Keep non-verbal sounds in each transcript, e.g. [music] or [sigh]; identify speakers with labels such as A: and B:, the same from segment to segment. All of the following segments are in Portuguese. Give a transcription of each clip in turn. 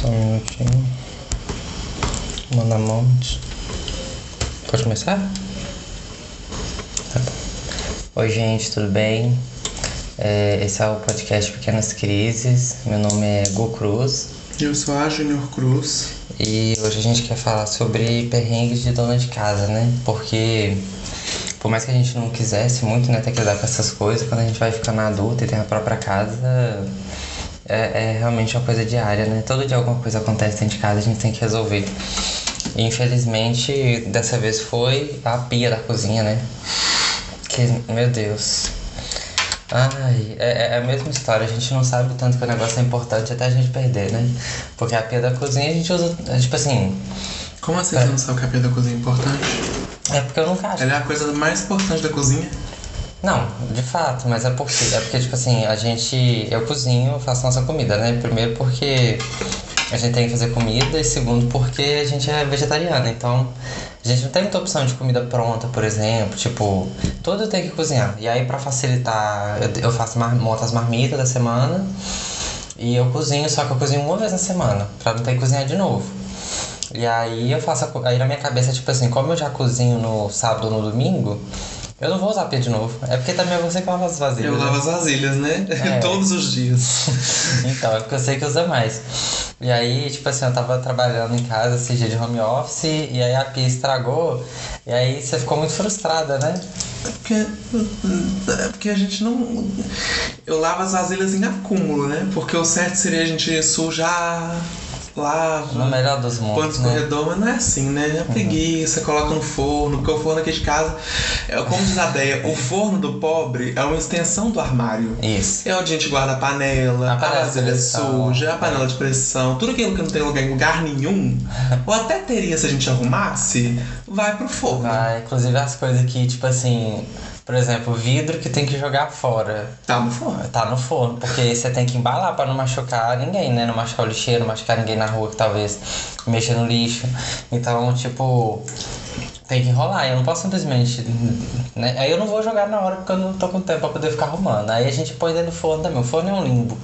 A: Só um minutinho. Manda mãos. Pode começar? Tá bom. Oi, gente, tudo bem? É, esse é o podcast Pequenas Crises. Meu nome é Gu Cruz
B: Eu sou a Junior Cruz.
A: e hoje a gente quer falar sobre perrengues de dona de casa, né? Porque, por mais que a gente não quisesse muito, né, ter que lidar com essas coisas, quando a gente vai ficando adulta e tem a própria casa, é, é realmente uma coisa diária, né? Todo dia alguma coisa acontece dentro de casa, a gente tem que resolver. E, infelizmente, dessa vez foi a pia da cozinha, né? Que, meu Deus. Ai, é, é a mesma história, a gente não sabe o tanto que o negócio é importante até a gente perder, né? Porque a pia da cozinha a gente usa, é, tipo assim,
B: Como assim você não sabe que a pia da cozinha é importante?
A: é porque eu nunca acho.
B: Ela é a coisa mais importante da cozinha.
A: Não, de fato, mas é porque, é porque, tipo assim, a gente, eu cozinho, eu faço nossa comida, né? Primeiro porque a gente tem que fazer comida e segundo porque a gente é vegetariana, então a gente não tem muita opção de comida pronta, por exemplo, tipo, tudo tem que cozinhar. E aí pra facilitar, eu, eu faço, mar, monto as marmitas da semana e eu cozinho, só que eu cozinho uma vez na semana, pra não ter que cozinhar de novo. E aí eu faço. a co- Aí na minha cabeça, tipo assim, como eu já cozinho no sábado ou no domingo, eu não vou usar pia de novo. É porque também é você que lava as vasilhas.
B: Eu
A: né?
B: lavo as vasilhas, né?
A: É.
B: [laughs] Todos os dias.
A: [laughs]
B: [laughs]
A: Então, é porque eu sei que usa mais. E aí, tipo assim, eu tava trabalhando em casa esse dia de home office, e aí a pia estragou, e aí você ficou muito frustrada, né?
B: É porque, é porque a gente não. Eu lavo as vasilhas em acúmulo, né? Porque o certo seria a gente sujar,
A: No
B: lava,
A: melhor dos
B: põe
A: mundos,
B: no
A: né?
B: corredor, mas não é assim, né? É preguiça, coloca no forno, porque o forno aqui de casa. É, como diz a Deia, o forno do pobre é uma extensão do armário.
A: Isso.
B: É onde a gente guarda a panela,
A: A
B: a,
A: panela de
B: vasilha
A: pressão.
B: suja, a panela de pressão, tudo aquilo que não tem lugar em
A: [laughs]
B: lugar nenhum, ou até teria se a gente arrumasse, vai pro forno.
A: Ah, inclusive as coisas que, tipo assim, por exemplo, vidro que tem que jogar fora.
B: Tá no forno.
A: Tá no forno, porque você tem que embalar pra não machucar ninguém, né? Não machucar o lixeiro, não machucar ninguém na rua que talvez mexa no lixo. Então, tipo, tem que enrolar. Eu não posso simplesmente. Né? Aí eu não vou jogar na hora porque eu não tô com tempo pra poder ficar arrumando. Aí a gente põe dentro do forno também. O forno é um limbo.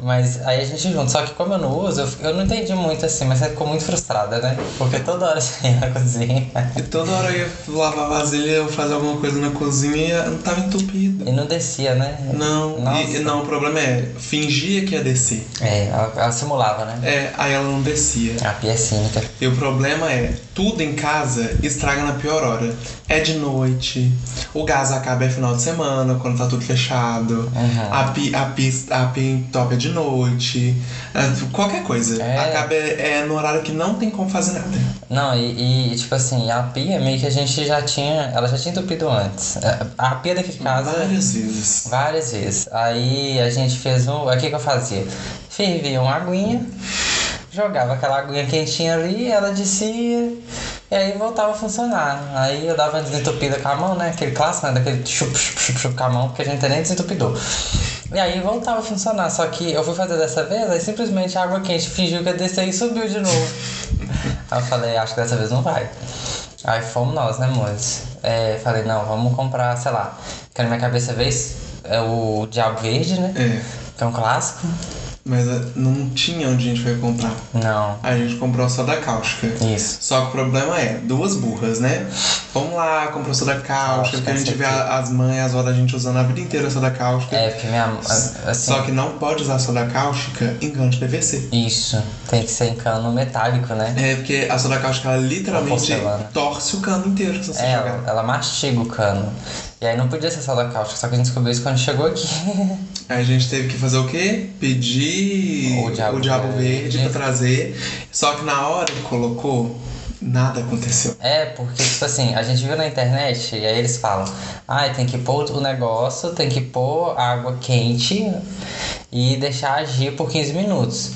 A: Mas aí a gente junta. Só que como eu não uso, eu, fico- eu não entendi muito assim, mas você ficou muito frustrada, né? Porque toda hora [laughs] você ia na cozinha.
B: E toda hora eu ia lavar a vasilha ou fazer alguma coisa na cozinha e não tava entupido.
A: E não descia, né?
B: Não, e-
A: Nossa.
B: e não, o problema é, fingia que ia descer.
A: É, ela, ela simulava, né?
B: É, aí ela não descia.
A: A pia é cínica.
B: E o problema é, tudo em casa estraga na pior hora. É de noite, o gás acaba é final de semana, quando tá tudo fechado,
A: Uhum.
B: a pia a pi, a pi top é de noite, é, qualquer coisa.
A: É.
B: Acaba é, é no horário que não tem como fazer nada.
A: Não, e, e, tipo assim, a pia meio que a gente já tinha. Ela já tinha entupido antes. É, A pia daqui de casa.
B: Várias vezes.
A: Várias vezes. Aí a gente fez um. O que, que eu fazia? Fervia uma aguinha, jogava aquela aguinha quentinha ali, ela descia, e aí voltava a funcionar. Aí eu dava uma desentupida com a mão, né? Aquele clássico, né? Daquele chup, chup, chup, chup com a mão, porque a gente não tem nem desentupidor. E aí voltava a funcionar, só que eu fui fazer dessa vez, aí simplesmente a água quente fingiu que ia descer e subiu de novo. aí eu falei, acho que dessa vez não vai. Aí fomos nós, né, moço? É, falei, não, vamos comprar, sei lá. Que na minha cabeça veio é o Diabo Verde, né?
B: É,
A: Que é um clássico.
B: mas é, não tinha onde a gente foi comprar.
A: Não.
B: A gente comprou só da cáustica.
A: Isso.
B: Só que o problema é, duas burras, né? Vamos lá, comprou soda cáustica, porque a gente vê a- as mães, as horas a gente usando a vida inteira soda cáustica.
A: É, porque minha. a- Assim,
B: Só que não pode usar soda cáustica em cano de PVC.
A: Isso. Tem que ser em cano metálico, né?
B: É porque a soda cáustica ela literalmente
A: Porcelana.
B: torce o cano inteiro se você
A: né? É, ela,
B: jogar.
A: ela mastiga o cano. E aí não podia ser só da cáustica, só que a gente descobriu isso quando chegou aqui. [laughs]
B: Aí a gente teve que fazer o quê? Pedir
A: O Diabo Verde.
B: Verde pra trazer. Só que na hora que colocou, nada aconteceu.
A: É, porque, tipo assim, a gente viu na internet e aí eles falam: ai, tem que pôr o negócio, tem que pôr água quente e deixar agir por 15 minutos.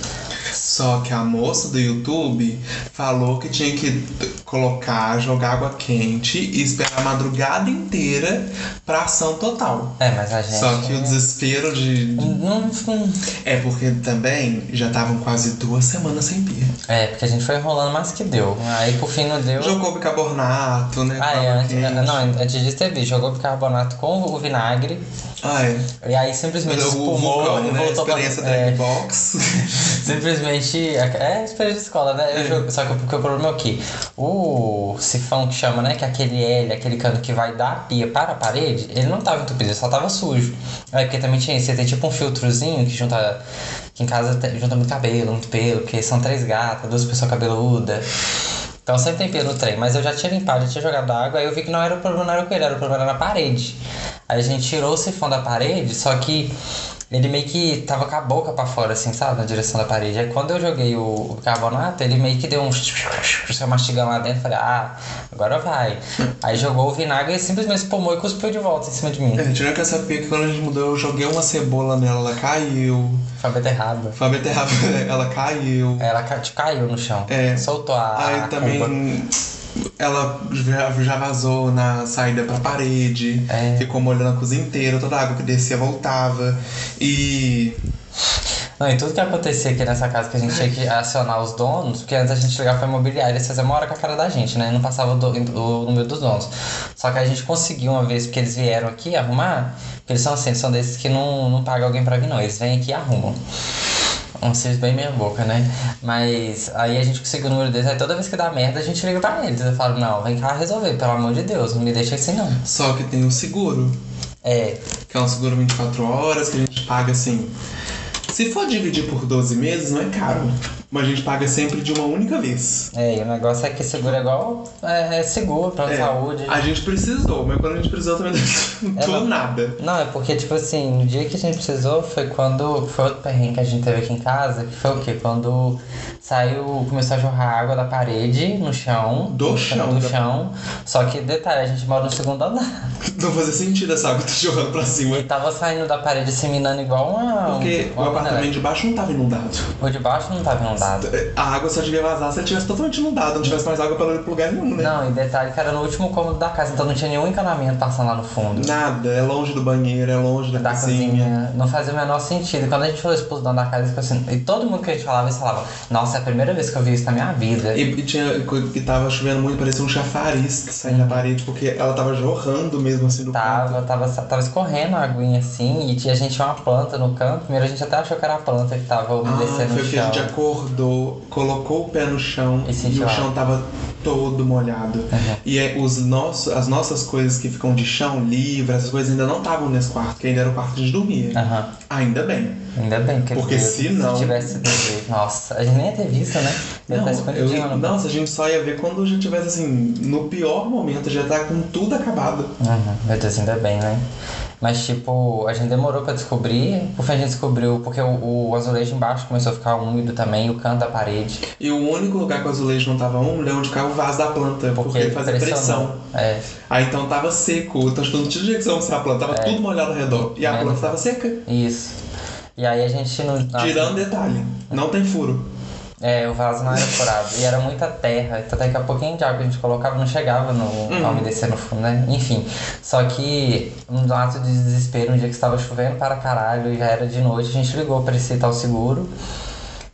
B: Só que a moça do YouTube falou que tinha que colocar, jogar água quente e esperar a madrugada inteira pra ação total.
A: É, mas a gente.
B: Só que o desespero de.
A: Não, não-
B: É porque também já estavam quase duas semanas sem pia.
A: É, porque a gente foi enrolando mais que deu. Aí por fim não deu.
B: Jogou bicarbonato, né? com
A: Então- Ah, é,
B: água
A: antes,
B: quente.
A: não, antes disso teve, jogou bicarbonato com o vinagre
B: Ah, é.
A: e aí simplesmente
B: o
A: espumou
B: vulcão,
A: e
B: né? A
A: voltou pra
B: experiência da
A: é,
B: Xbox. [laughs]
A: Simplesmente. É é experiência de escola, né? Eu jogo- só que, o- que o problema é o quê? O sifão que chama, né? Que é aquele L, aquele cano que vai da pia para a parede, ele não tava entupido, ele só tava sujo. Aí porque também tinha isso, você tem tipo um filtrozinho que junta. Que em casa tem- junta muito cabelo, muito pelo, porque são três gatas, duas pessoas cabeludas. Então sempre tem pelo no trem, mas eu já tinha limpado, já tinha jogado água, aí eu vi que não era o problema, não era com ele, era o problema era na parede. Aí a gente tirou o sifão da parede, só que ele meio que tava com a boca pra fora, assim, sabe? Na direção da parede. Aí quando eu joguei o, o carbonato, ele meio que deu um. Você mastigando lá dentro, falei, ah, agora vai. Aí jogou o vinagre e simplesmente espumou e cuspiu de volta em cima de mim.
B: É, tirando que essa pia que quando a gente mudou, eu joguei uma cebola nela, ela caiu.
A: Foi uma beterraba.
B: Foi a [laughs] beterraba, ela caiu.
A: Ela ca- tipo, caiu no chão.
B: É.
A: Soltou a.
B: Aí
A: a cuba.
B: também ela já, já vazou na saída pra parede,
A: É.
B: ficou molhando a cozinha inteira, toda a água que descia voltava. E.
A: Não, e tudo que acontecia aqui nessa casa que a gente tinha que acionar os donos, porque antes a gente ligava pra imobiliária, eles faziam uma hora com a cara da gente, né? Não passava o, do- o número dos donos. Só que a gente conseguiu uma vez, porque eles vieram aqui arrumar, porque eles são assim, eles são desses que não, não pagam alguém pra vir, não. Eles vêm aqui e arrumam. Um serviço bem meia boca, né? Mas aí a gente conseguiu o número deles, aí toda vez que dá merda a gente liga pra eles. Eu falo, não, vem cá resolver, pelo amor de Deus, não me deixa assim não.
B: Só que tem um seguro,
A: É,
B: que é um seguro 24 horas, que a gente paga assim. Se for dividir por 12 meses, não é caro. Mas a gente paga sempre de uma única vez.
A: é, e o negócio é que seguro é igual. É, é seguro, plano
B: É,
A: de saúde.
B: A gente precisou, mas quando a gente precisou também não
A: É,
B: deu
A: não.
B: nada.
A: Não, é porque, tipo assim, no dia que a gente precisou foi quando. Foi outro perrengue que a gente teve aqui em casa, que foi o quê? Quando saiu. Começou a jorrar água da parede no chão.
B: Do
A: Do
B: chão, da-
A: chão. Só que, detalhe, a gente mora no segundo andar.
B: Não fazia sentido essa água tá jogando pra
A: E
B: cima.
A: tava saindo da parede seminando igual uma. um
B: Porque o
A: uma panela.
B: apartamento de baixo não tava inundado.
A: O de baixo não tava inundado.
B: A água só devia vazar se tivesse totalmente inundado, não tivesse mais água pra ir pro lugar nenhum, né?
A: Não, e detalhe, que era no último cômodo da casa, então não tinha nenhum encanamento passando lá no fundo.
B: Nada, é longe do banheiro, é longe da,
A: da
B: cozinha.
A: cozinha. Não fazia o menor sentido. Quando a gente falou expulso do dono da casa, ficou assim. E todo mundo que a gente falava, eles falavam, nossa, é a primeira vez que eu vi isso na minha vida.
B: E, e tinha e tava chovendo muito, parecia um chafariz saindo da parede, porque ela tava jorrando mesmo assim do canto.
A: Uhum. Tava, tava, tava escorrendo a aguinha assim, e tinha, a gente tinha uma planta no canto. Primeiro a gente até achou que era a planta que tava
B: Ah,
A: umedecendo
B: foi
A: no
B: que a
A: chão.
B: gente acordou, colocou o pé no chão
A: E
B: e
A: sentiu
B: o
A: a-
B: chão tava todo molhado. E é, os nossos, as nossas coisas que ficam de chão livre, essas coisas ainda não estavam nesse quarto, que ainda era o quarto de dormir.
A: Aham.
B: Ainda bem.
A: Ainda bem que
B: Porque se não-
A: tivesse TV. Nossa, a gente nem ia ter visto, né? Ia
B: Não,
A: tá
B: eu,
A: escondidinho no-
B: nossa, a gente só ia ver quando já tivesse assim, no pior momento, já tá com tudo acabado.
A: Uhum, meu Deus, ainda bem, né? Mas, tipo, a gente demorou pra descobrir. Por fim, a gente descobriu porque o, o azulejo embaixo começou a ficar úmido também, o canto da parede.
B: E o único lugar que o azulejo não tava úmido é onde ficava o vaso da planta, porque, ele fazia pressão.
A: pressionou. É.
B: Aí então tava seco, então tipo, não tinha direção pra a planta, tava tudo molhado ao redor. E a
A: É.
B: planta tava seca,
A: Isso. E aí a gente não. nossa,
B: tirando detalhe, não tem furo.
A: É, o vaso não era furado. E era muita terra. Então daqui a pouquinho de água que a gente colocava não chegava no uhum. umedecer no fundo, né? Enfim. Só que um ato de desespero, um dia que estava chovendo para caralho e já era de noite, a gente ligou para esse tal seguro.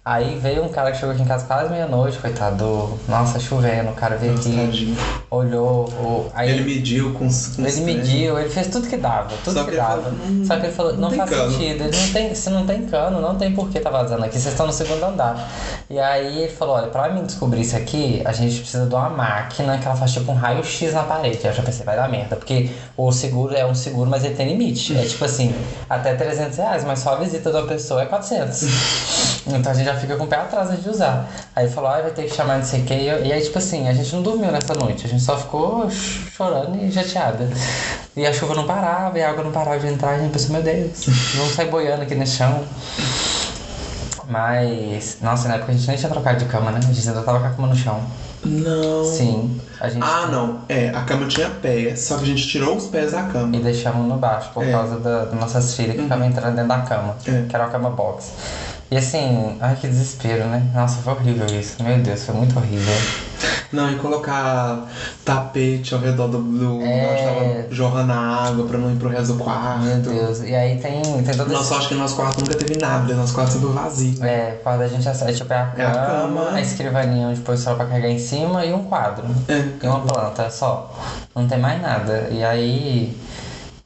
A: Aí veio um cara que chegou aqui em casa quase meia-noite, coitado. Nossa, chovendo, o cara veio aqui,
B: Tadinho.
A: olhou, o- aí
B: Ele mediu com os. com os
A: Ele
B: três.
A: mediu, ele fez tudo que dava, tudo que,
B: Só que ele
A: dava.
B: falou, "Hum,
A: Só que ele falou,
B: não
A: não,
B: tem
A: faz
B: cano."
A: sentido, ele não tem, se não tem cano, não tem por que tá vazando aqui, vocês estão no segundo andar. E aí ele falou, olha, pra mim descobrir isso aqui, a gente precisa de uma máquina que ela faz tipo um raio-x na parede. Aí Eu já pensei, vai dar merda, porque o seguro é um seguro, mas ele tem limite. É tipo assim, até 300 reais, mas só a visita de uma pessoa é 400. Então a gente já fica com o pé atrás antes de usar. Aí ele falou, ah, vai ter que chamar não sei o que. E aí, tipo assim, a gente não dormiu nessa noite. A gente só ficou ch- chorando e chateada. E a chuva não parava, e a água não parava de entrar. E a gente pensou, meu Deus, vamos sair boiando aqui no chão. Mas, nossa, na época a gente nem tinha trocado de cama, né? A gente ainda tava com a cama no chão.
B: Não.
A: Sim, a gente...
B: Ah, não. É, a cama tinha pé, só que a gente tirou os pés da
A: E
B: cama.
A: deixamos no baixo, por
B: É. Uhum.
A: causa da- das nossas filhas que estavam entrando dentro da cama.
B: É.
A: Que era uma cama box. E assim, ai que desespero, né? Nossa, foi horrível isso. Meu Deus, foi muito horrível.
B: Não, e colocar tapete ao redor do, do
A: É.
B: onde tava jorrando a água pra não ir pro resto do
A: Meu
B: quarto.
A: Deus. E aí tem, tem todo
B: Nossa, eu acho que nosso quarto nunca teve nada, né? nosso quarto sempre vazio.
A: É, o quarto da gente é só- é tipo é a
B: É a
A: cama, a,
B: cama.
A: escrivaninha onde põe o sol pra carregar em cima e um quadro.
B: É.
A: E uma planta só. Não tem mais nada. E aí.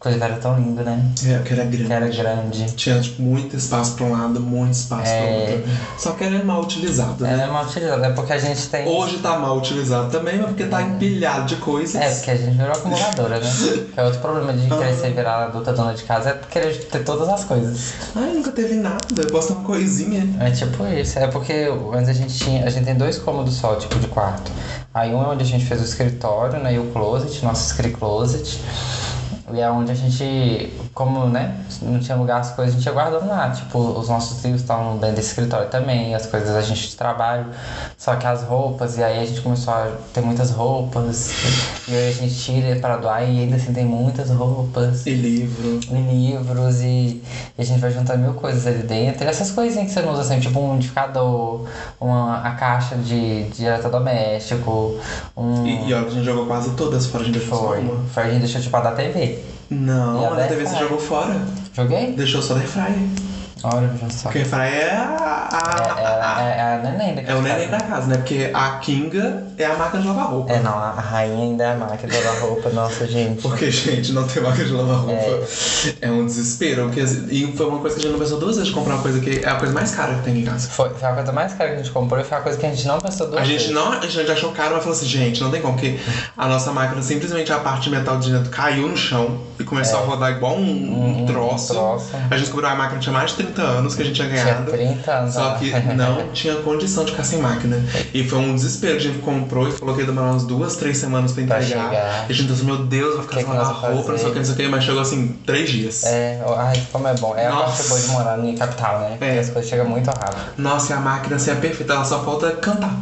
A: Coisa era tão lindo, né?
B: É, porque era grande.
A: Que era grande.
B: Tinha tipo, muito espaço pra um lado, muito espaço
A: É.
B: pra outro. Só que era mal utilizado, né?
A: Ela é mal utilizada, é porque a gente tem.
B: Hoje tá mal utilizado também, mas porque tá empilhado de coisas.
A: É, porque a gente virou acumuladora, né? Que é outro problema de crescer e virar adulta dona de casa é querer ter todas as coisas.
B: Ai, nunca teve nada, gosta uma coisinha.
A: É tipo isso, é porque antes a gente tinha. A gente tem dois cômodos só, tipo, de quarto. Aí um é onde a gente fez o escritório, né? E o closet, nosso escri closet. E é onde a gente, como né, não tinha lugar as coisas, a gente ia guardando lá. Tipo, os nossos livros estavam dentro desse escritório também, as coisas da gente de trabalho, só que as roupas, e aí a gente começou a ter muitas roupas, e aí a gente tira pra doar e ainda assim tem muitas roupas
B: E livro.
A: e livros e, e a gente vai juntar mil coisas ali dentro. E essas coisinhas que você não usa sempre, tipo um liquidificador, uma a caixa de, de eletrodoméstico, um.
B: E, e olha, a gente jogou quase todas fora, a gente deixou só
A: foi.
B: uma.
A: Foi a gente deixou tipo a da TV. E a
B: Não,
A: da
B: na TV você
A: airfryer?
B: jogou fora.
A: Joguei?
B: Deixou só da Airfryer.
A: Olha, já só.
B: Porque
A: É,
B: a Airfryer é a.
A: é,
B: a- a-
A: é, é a neném daqui
B: é o
A: de casa.
B: neném da casa, né? Porque a Kinga é a máquina de lavar roupa.
A: É, não, a rainha ainda é a máquina de lavar roupa, nossa gente.
B: Porque, gente, não tem máquina de lavar roupa. É, um desespero. Porque, assim, e foi uma coisa que a gente não pensou duas vezes de comprar uma coisa que é a coisa mais cara que tem em casa.
A: Foi, foi a coisa mais cara que a gente comprou e foi a coisa que a gente não pensou duas
B: A gente
A: vezes.
B: não a gente achou caro, mas falou assim, gente, não tem como, porque a nossa máquina simplesmente a parte de metal de dentro caiu no chão e começou a rodar igual um, um
A: É. Um
B: troço.
A: troço.
B: A gente descobriu que a máquina tinha mais de 30 anos que a gente tinha
A: Tinha tá.
B: ganhado.
A: 30 anos. né?
B: Só
A: ó.
B: que não tinha condição de ficar sem máquina. E foi um desespero. A gente comprou e falou que ia demorar umas duas, três semanas pra
A: Pra
B: entregar.
A: chegar.
B: E a gente pensou, meu Deus, vai ficar
A: Que
B: sem
A: que nós
B: lavar
A: vamos
B: roupa, não sei o
A: fazer?
B: que, não sei o que, mas chegou assim, três dias.
A: [laughs] É, ai, como é bom. É a parte
B: Nossa.
A: boa de morar em capital, né? Porque
B: É.
A: as coisas chegam muito rápido.
B: Nossa, e a máquina assim é perfeita, ela só falta cantar.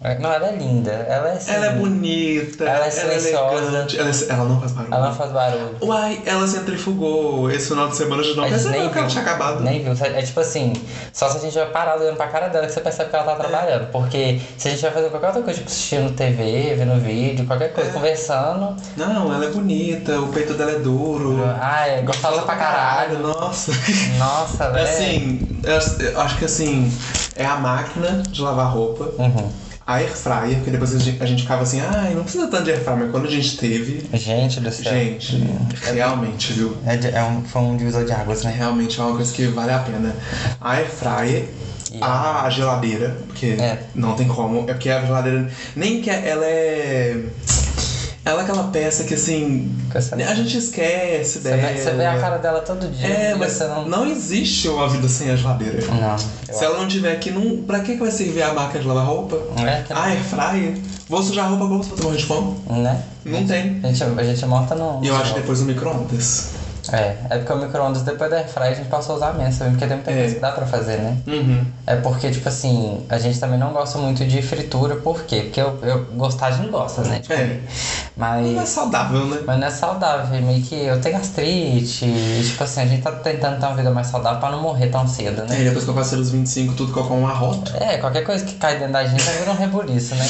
A: É, Não, ela é linda. Ela é assim,
B: Ela é bonita,
A: Ela é silenciosa.
B: elegante, ela, é- ela não faz barulho.
A: Ela não faz barulho.
B: Uai, ela centrifugou esse final de semana, a gente não
A: A gente
B: percebeu
A: nem
B: que ela
A: viu.
B: tinha acabado.
A: Nem viu. É tipo assim, só se a gente vai parar olhando pra cara dela que você percebe que ela tá
B: É.
A: trabalhando. Porque se a gente vai fazer qualquer outra coisa, tipo assistindo TV, vendo vídeo, qualquer
B: É.
A: coisa, conversando.
B: Não, ela é bonita, o peito dela é duro.
A: Ai, é gostosa pra caralho.
B: Nossa.
A: Nossa, velho.
B: Assim, eu- eu acho que assim, é a máquina de lavar roupa,
A: Uhum.
B: a air fryer, porque depois a gente, a gente ficava assim, ai, não precisa tanto de air fryer, mas quando a gente teve,
A: Gente do céu.
B: gente, realmente, viu?
A: É, de- é um, foi um divisor de águas, né?
B: Realmente é uma coisa que vale a pena. A air fryer,
A: E
B: a geladeira, porque
A: É.
B: não tem como. É porque a geladeira. Nem que ela é. Ela é aquela peça que assim.
A: Fica sabendo.
B: A gente esquece
A: Você
B: dela.
A: vê, você vê a cara dela todo dia.
B: É,
A: e
B: mas
A: você não. Hum,
B: não... existe uma vida sem a geladeira.
A: Não.
B: Se ela não tiver aqui, não... pra que que vai servir a marca de lavar roupa?
A: É que
B: A air fryer? Vou sujar a roupa como se fosse morrer de fome?
A: Né?
B: Não tem.
A: A gente, a gente é morta não.
B: E eu acho que depois o micro-ondas.
A: É, é porque o micro-ondas depois da airfryer a gente passou a usar menos também, porque tem muita
B: É.
A: coisa que dá pra fazer, né?
B: Uhum.
A: É porque, tipo assim, a gente também não gosta muito de fritura, por quê? Porque eu, eu gostar a gente gosta, né? Tipo,
B: É. Não é
A: Mas.
B: saudável, né?
A: Mas não é saudável, meio que eu tenho gastrite, e, tipo assim, a gente tá tentando ter uma vida mais saudável pra não morrer tão cedo,
B: É,
A: né?
B: depois que eu passei dos 25, tudo que eu como arroto.
A: É, qualquer coisa que cai dentro da gente vai virar um rebuliço, né?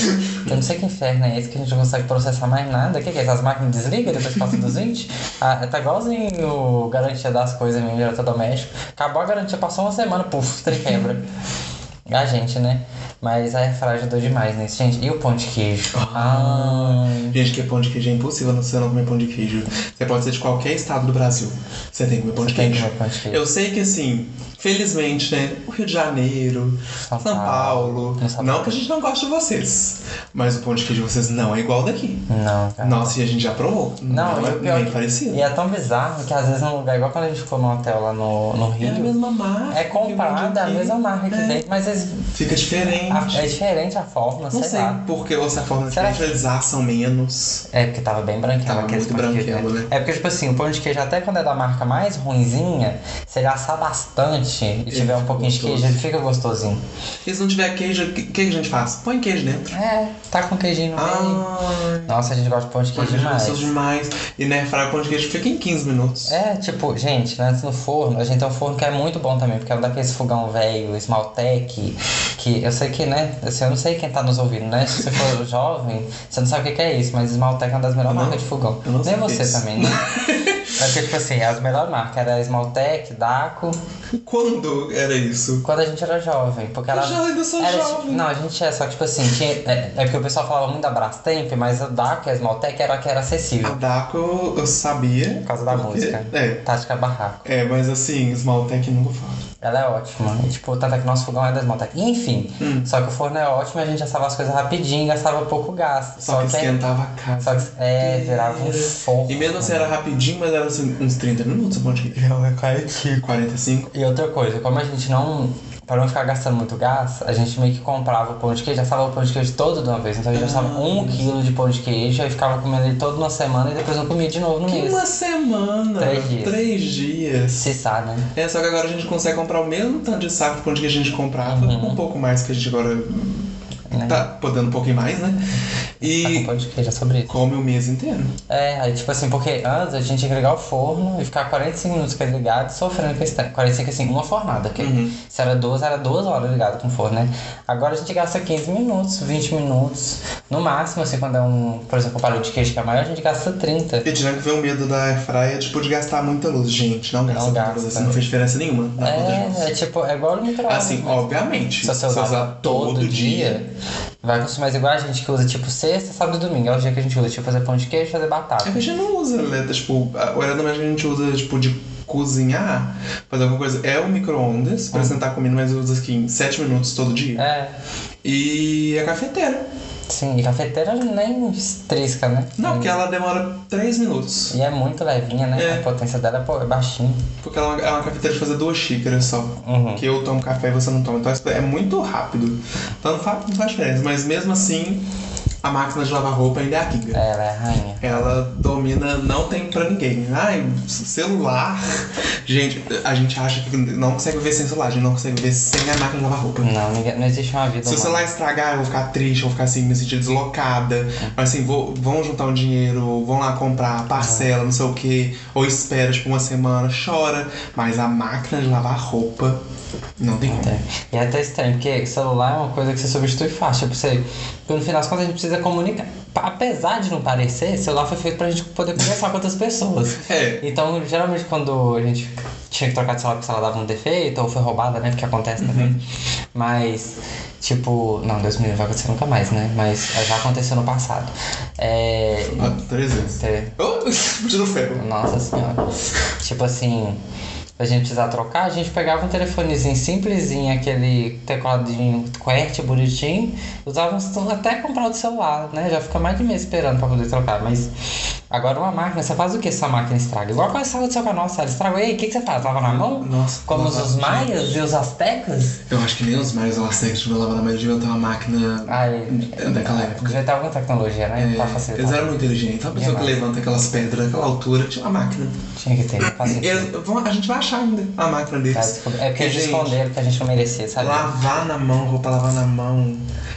A: Eu não sei que inferno é esse que a gente não consegue processar mais nada. O que, que é isso? As máquinas desligam depois que passa dos 20? Ah, tá igualzinho o garantia das coisas mesmo, diretor doméstico. Acabou a garantia, passou uma semana, puf, trem quebra. A gente, né? Mas a airfryer ajudou demais nisso, gente. E o pão de queijo? Ah,
B: Gente, que pão de queijo é impossível não você não comer pão de queijo. Você pode ser de qualquer estado do Brasil. Você tem que comer pão, de
A: Você tem que
B: queijo.
A: comer pão de queijo.
B: Eu sei que assim, felizmente, né? O Rio de Janeiro, São,
A: São
B: Paulo.
A: Paulo, no São
B: Não
A: Paulo.
B: que a gente não goste de vocês. Mas o pão de queijo de vocês não é igual daqui.
A: não, cara.
B: Nossa, e a gente já provou.
A: É. Não,
B: não
A: e
B: é
A: o pior
B: nem
A: que-
B: parecido.
A: E é tão bizarro que às vezes num lugar, igual quando a gente ficou no hotel lá no, no
B: É a
A: Rio,
B: mesma marca.
A: é
B: que o pão de
A: comprada a
B: queijo.
A: mesma marca que
B: É.
A: tem, mas eles
B: Fica diferente.
A: a-
B: diferente.
A: é diferente a forma,
B: Não
A: sei,
B: sei
A: lá.
B: porque ou se a forma
A: Será
B: diferente eles assam menos.
A: É porque tava bem branquelo
B: Tava
A: aquele
B: muito
A: pão de queijo,
B: branquelo, né?
A: É porque, tipo assim, o pão de queijo, até quando é da marca mais ruinzinha, se ele assar bastante e tiver um
B: fica
A: pouquinho de
B: gostoso.
A: queijo, ele fica gostosinho.
B: E se não tiver queijo, o que, que a gente faz? Põe queijo dentro.
A: É, tá com queijinho no meio.
B: Ah,
A: Nossa, a gente gosta de pão de
B: pão
A: queijo
B: de queijo é
A: demais.
B: gostoso demais. E na airfryer, pão de queijo fica em 15 minutos.
A: É, tipo, gente, né, no forno, a gente tem um forno que é muito bom também, porque é um daqueles fogão velho, Smaltec, que eu sei que, né, assim, eu não sei quem tá nos ouvindo, né, se você
B: [laughs]
A: for jovem, você não sabe o que que é isso, mas Smaltec é uma das melhores
B: Não,
A: marcas de fogão.
B: eu não
A: Nem
B: sei
A: você
B: disso.
A: também,
B: [laughs]
A: né? É porque, tipo assim, é as melhores marcas, era Smaltec, Daco,
B: Quando era isso?
A: quando a gente era jovem, porque
B: Eu
A: ela...
B: já ainda sou
A: Era, tipo,
B: jovem.
A: não, a gente é, só que tipo assim, tinha, é, é porque o pessoal falava muito da Brastemp, mas a Daco e a Smaltec era a que era
B: A
A: acessível,
B: Daco eu- eu sabia.
A: por causa da
B: porque-
A: música.
B: É.
A: Tática Barraco.
B: É, mas assim, Smaltec nunca fala.
A: Ela é ótima. E, tipo, tanto é que nosso fogão é das Maltec. Enfim,
B: Hum.
A: só que o forno é ótimo, a gente assava as coisas rapidinho, gastava pouco gás.
B: Só, que
A: é-
B: esquentava a casa.
A: Só que é, virava um forno.
B: E mesmo assim era rapidinho, mas era assim, uns 30 minutos, um monte [laughs] de
A: Não, é caetico.
B: 45.
A: E outra coisa, como a gente não. Pra não ficar gastando muito gás, a gente meio que comprava o pão de queijo, assava o pão de queijo todo de uma vez. Então a gente assava um
B: Ah.
A: quilo de pão de queijo, aí ficava comendo ele toda uma semana e depois não comia de novo no mês.
B: Uma semana.
A: Três dias.
B: Três dias.
A: Se sabe, né?
B: É, só que agora a gente consegue comprar o mesmo tanto de saco de pão de queijo que a gente comprava,
A: Uhum.
B: um pouco mais que a gente agora
A: Né?
B: tá podendo um pouquinho mais, né?
A: Tá com
B: E
A: pão de queijo, é sobre isso.
B: come o mês inteiro.
A: É, aí tipo assim, porque antes a gente tinha que ligar o forno e ficar 45 minutos com ele ligado, sofrendo com esse tempo. 45 assim, uma fornada, porque se era 12, era duas horas ligado com o forno, né? Agora a gente gasta 15 minutos, 20 minutos. No máximo, assim, quando é um, por exemplo, um palito de queijo que é maior, a gente gasta 30.
B: E tirando que vem o medo da airfryer, é, tipo, de gastar muita luz. Gente, não gasta
A: Não
B: muita
A: gasta.
B: luz, assim, não fez diferença nenhuma na conta de luz.
A: É, é tipo, é igual no micro-ondas.
B: Assim,
A: né?
B: obviamente.
A: Se você usar, todo dia, vai consumir. Mas igual a gente que usa, tipo, sexta, sábado e domingo. É o dia que a gente usa, tipo, fazer pão de queijo e fazer batata.
B: É que a gente não usa, né? Tipo, a- o aerodomagem que a gente usa, tipo, de cozinhar, fazer alguma coisa, é o micro-ondas, pra sentar comida, mas usa aqui em 7 minutos todo dia.
A: Uhum. É,
B: E a cafeteira.
A: sim. E cafeteira nem trisca, né?
B: Não, porque ela demora 3 minutos.
A: E é muito levinha, né?
B: É.
A: A potência dela é pô, é baixinha.
B: Porque ela é uma- é uma cafeteira de fazer duas xícaras só.
A: Uhum.
B: Que eu tomo café e você não toma. Então isso é muito rápido. Então não faz, não faz diferença. Mas mesmo assim, a máquina de lavar roupa ainda é a Kinga.
A: É, Ela é a rainha.
B: Ela domina, não tem pra ninguém. Ai, celular. [laughs] Gente, a gente acha que não consegue viver sem celular, a gente não consegue viver sem a máquina de lavar roupa.
A: Não, ninguém- não existe uma vida
B: Se o
A: humana.
B: celular estragar, eu vou ficar triste, eu vou ficar assim, me sentir deslocada. Mas assim, vou, vão juntar um dinheiro, vão lá comprar parcela, não sei o quê. Ou espera, tipo, uma semana, chora. Mas a máquina de lavar roupa, não tem como.
A: É. E é até estranho, porque celular é uma coisa que você substitui fácil. Tipo, você, porque no final das contas a gente precisa comunicar. Pa- Apesar de não parecer, celular foi feito pra gente poder conversar com outras pessoas.
B: É.
A: Então, geralmente, quando a gente tinha que trocar de celular porque o celular dava um defeito ou foi roubada, né? Porque acontece
B: Uhum.
A: também. Mas, tipo, não, Deus me livre, vai acontecer nunca mais, né? Mas já aconteceu no passado. É.
B: Ah, Três vezes.
A: você-
B: Oh, [laughs] tiro ferro.
A: nossa senhora. tipo assim, a gente precisar trocar, a gente pegava um telefonezinho simplesinho, aquele tecladinho QWERTY bonitinho, usava uns- até comprar outro celular, né? Já fica mais de mês esperando pra poder trocar, mas agora uma máquina, você faz o que se a máquina estraga? Igual quando estraga do seu canal, sabe? Estragou, ei, o que, que você faz? Lava na mão?
B: Nossa,
A: Como os,
B: lava-
A: os maias e os astecas?
B: Eu acho que nem os mais elásticos de lavar na mão deviam ter uma máquina
A: Ai,
B: É,
A: é,
B: daquela época.
A: devia ter alguma tecnologia, né? Pra
B: É, eles
A: facilitar.
B: eram muito inteligentes. Então, A pessoa que
A: Demais.
B: levanta aquelas pedras naquela altura tinha uma máquina.
A: Tinha que ter, faz sentido.
B: [laughs] Eles- vão- a gente vai achar ainda a máquina
A: Tá,
B: deles.
A: desculpa. É porque eles
B: Gente,
A: esconderam que a gente não merecia, sabe?
B: Lavar na mão, roupa lavar na mão.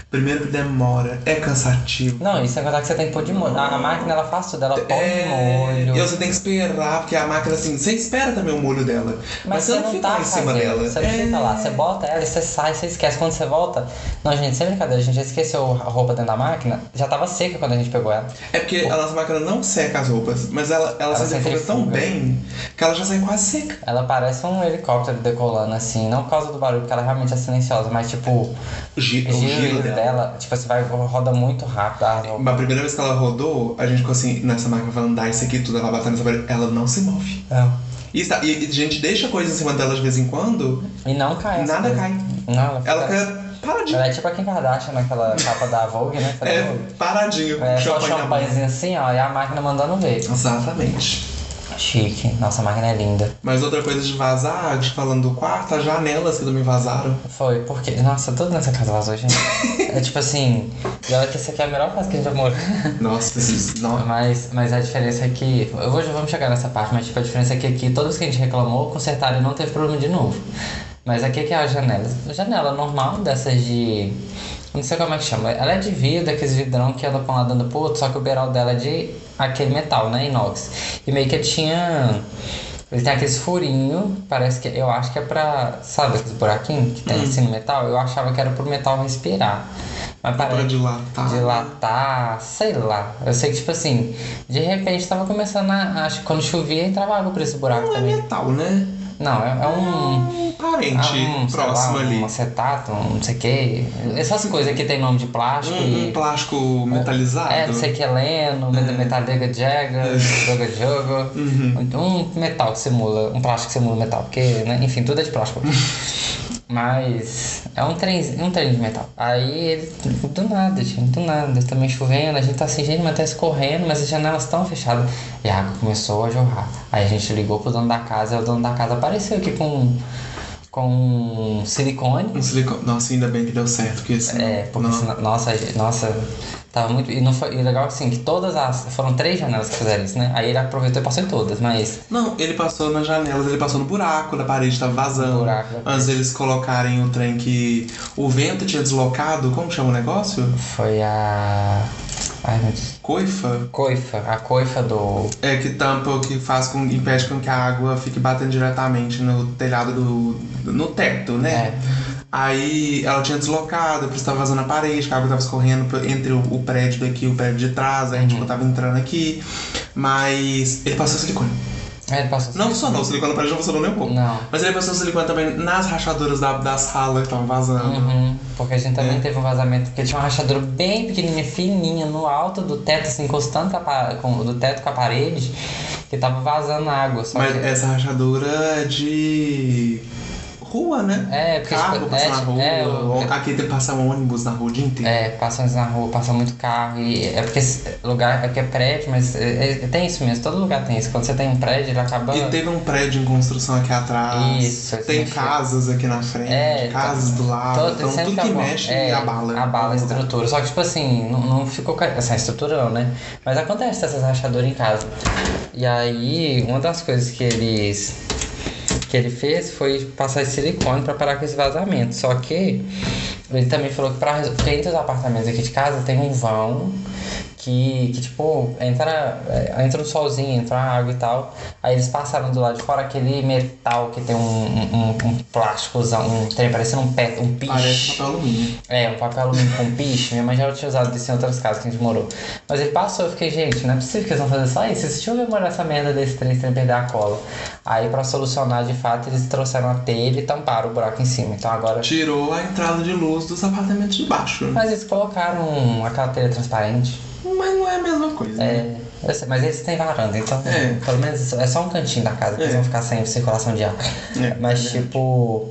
B: Primeiro que demora, é cansativo.
A: Não, isso é contar que você tem que pôr de molho. A, a máquina ela faz tudo, ela põe molho.
B: É, E você tem que esperar, porque a máquina assim, você espera também o molho dela. Mas, você não, fica
A: tá
B: lá em cima
A: fazendo,
B: dela. É.
A: Você não fica lá, você bota ela e você sai, você esquece. Quando você volta. Não, gente, sem brincadeira, a gente já esqueceu a roupa dentro da máquina. Já tava seca quando a gente pegou ela.
B: É porque a nossa máquina não seca as roupas, mas ela,
A: Ela
B: ela, se centrifuga tão
A: centrifuga.
B: bem que ela já sai quase seca.
A: Ela parece um helicóptero decolando, assim. Não por causa do barulho, porque ela realmente é silenciosa, mas
B: É.
A: tipo,
B: Gi-
A: o giro dela, tipo, você vai, roda muito rápido a roupa.
B: A primeira vez que ela rodou, a gente ficou assim, nessa máquina vai andar isso aqui tudo, ela vai bater nessa parede. Ela não se move. E, está, e, e, gente deixa coisa em cima dela de vez em quando,
A: E não cai. essa
B: nada
A: coisa.
B: cai.
A: Não, ela fica.
B: Ela fica paradinha.
A: Ela é tipo a Kim Kardashian naquela capa da Vogue, né? Cadê a Vogue?
B: É, paradinha, com
A: É, só
B: É, champanhe na mão.
A: champanhezinho assim, ó, e a máquina mandando ver.
B: Exatamente.
A: Chique. Nossa, a máquina é linda.
B: Mas outra coisa de vazar, de falando do quarto, as janelas que também vazaram.
A: Foi, porque. Nossa, tudo nessa casa vazou, gente. é tipo assim. E olha que essa aqui é a melhor casa que a gente já morou.
B: Nossa, esses.
A: Hum,
B: Não.
A: Mas, mas a diferença é que. Eu vou, vamos chegar nessa parte, mas tipo, a diferença é que aqui, todos que a gente reclamou, consertaram e não teve problema de novo. Mas aqui que é a janela. Janela normal, dessas de. Não sei como é que chama. Ela é de vidro, aqueles vidrão que anda pra um lado anda pro outro, só que o beiral dela é de aquele metal, né? Inox. E meio que tinha. Ele tem aqueles furinho, parece que. Eu acho que é pra. Sabe aqueles buraquinhos que tem assim no metal? Eu achava que era pro metal respirar. Mas
B: Pra tá?
A: parece.
B: dilatar.
A: Dilatar, sei lá. Eu sei que, tipo assim, de repente tava começando a. Acho que quando chovia entrava água por esse buraco
B: Não é
A: também.
B: metal, né?
A: Não, é, é um.
B: Um
A: Ah,
B: parente
A: um, sei
B: próximo
A: lá,
B: ali.
A: Um acetato, um não sei o que. Essas coisas que tem nome de plástico
B: Um, um
A: e.
B: plástico metalizado.
A: É, não sei o que, Leno, Metallica Jagger, Jogo Jogo. Um metal que simula, um plástico que simula metal, porque, né, enfim, tudo é de plástico. Mas é um trem, um trem de metal. Aí ele, do nada, gente, do nada, também chovendo, a gente tá assim, gente, mas tá escorrendo, mas as janelas estão fechadas. E a água começou a jorrar. Aí a gente ligou pro dono da casa, e o dono da casa apareceu aqui com, com silicone.
B: Um silicone. Nossa, ainda bem que deu certo, porque assim.
A: É, porque
B: não-
A: senão- nossa, nossa, tava muito. E, não foi, e legal assim, que todas as. Foram três janelas que fizeram isso, né? Aí ele aproveitou e passou em todas, mas.
B: Não, ele passou nas janelas, ele passou no buraco da parede, tava vazando.
A: Buraco da
B: Antes deles colocarem o trem que o vento tinha deslocado, como chama o negócio?
A: Foi a. Ai meu Deus.
B: Coifa?
A: Coifa, a coifa do.
B: É que tampa, que faz com, impede com que a água fique batendo diretamente no telhado do. no teto, né?
A: É.
B: Aí ela tinha deslocado, por isso tava vazando a parede, que a água tava escorrendo por- entre o, o prédio daqui e o prédio de trás, aí a gente
A: Uhum.
B: não tava entrando aqui. Mas ele passou silicone.
A: Aí é, ele passou.
B: Não funcionou, o silicone na parede não funcionou nem um pouco.
A: Não.
B: Mas ele passou o silicone também nas rachaduras da, da sala que estavam vazando.
A: Uhum, porque a gente também
B: É.
A: teve um vazamento, porque tinha uma rachadura bem pequenininha, fininha, no alto do teto, assim, encostando com a pa- com- do teto com a parede, que tava vazando água. Só
B: Mas
A: que-
B: essa rachadura é de rua, né?
A: É, porque,
B: Carro
A: tipo,
B: passa
A: é,
B: na
A: tipo,
B: rua.
A: é, o-
B: Aqui tem que passar um ônibus na rua o dia inteiro.
A: É, passa na rua, passa muito carro. E é porque esse lugar aqui é prédio, mas é- é- tem isso mesmo, todo lugar tem isso. Quando você tem um prédio, ele acaba.
B: E teve um prédio em construção aqui atrás.
A: Isso, isso
B: tem
A: mexe.
B: casas aqui na frente,
A: É, tá-
B: casas do lado.
A: todo-
B: Então
A: sempre
B: tudo
A: tá
B: que
A: bom.
B: mexe
A: É,
B: abala. um
A: Abala a estrutura. Só que, tipo assim, não, não ficou. ca- Essa estrutura não, né? Mas acontece essas rachaduras em casa. E aí, uma das coisas que eles. que ele fez foi passar esse silicone pra parar com esse vazamento. Só que. Ele também falou que pra, resol- porque entre os apartamentos aqui de casa tem um vão que, que tipo, entra, é, entra um solzinho, entra uma água e tal. Aí eles passaram do lado de fora aquele metal que tem um, um, um- um plásticozão, um trem parecendo um, pé, um piche.
B: Parece papel alumínio.
A: É, um papel alumínio com piche. Minha mãe já tinha usado isso em outras casas que a gente morou. Mas ele passou, eu fiquei, gente, não é possível que eles vão fazer só isso. Deixa eu demorar essa merda desse trem sem perder a cola. Aí, pra solucionar de fato, eles trouxeram a telha e tamparam o buraco em cima. Então agora.
B: Tirou a entrada de luz dos apartamentos de baixo. né?
A: Mas eles colocaram aquela telha transparente.
B: Mas não é a mesma coisa. né?
A: É, eu sei, mas eles têm varanda, então
B: É.
A: pelo menos é só um cantinho da casa, que eles
B: É.
A: vão ficar sem circulação de ar.
B: É,
A: mas tipo.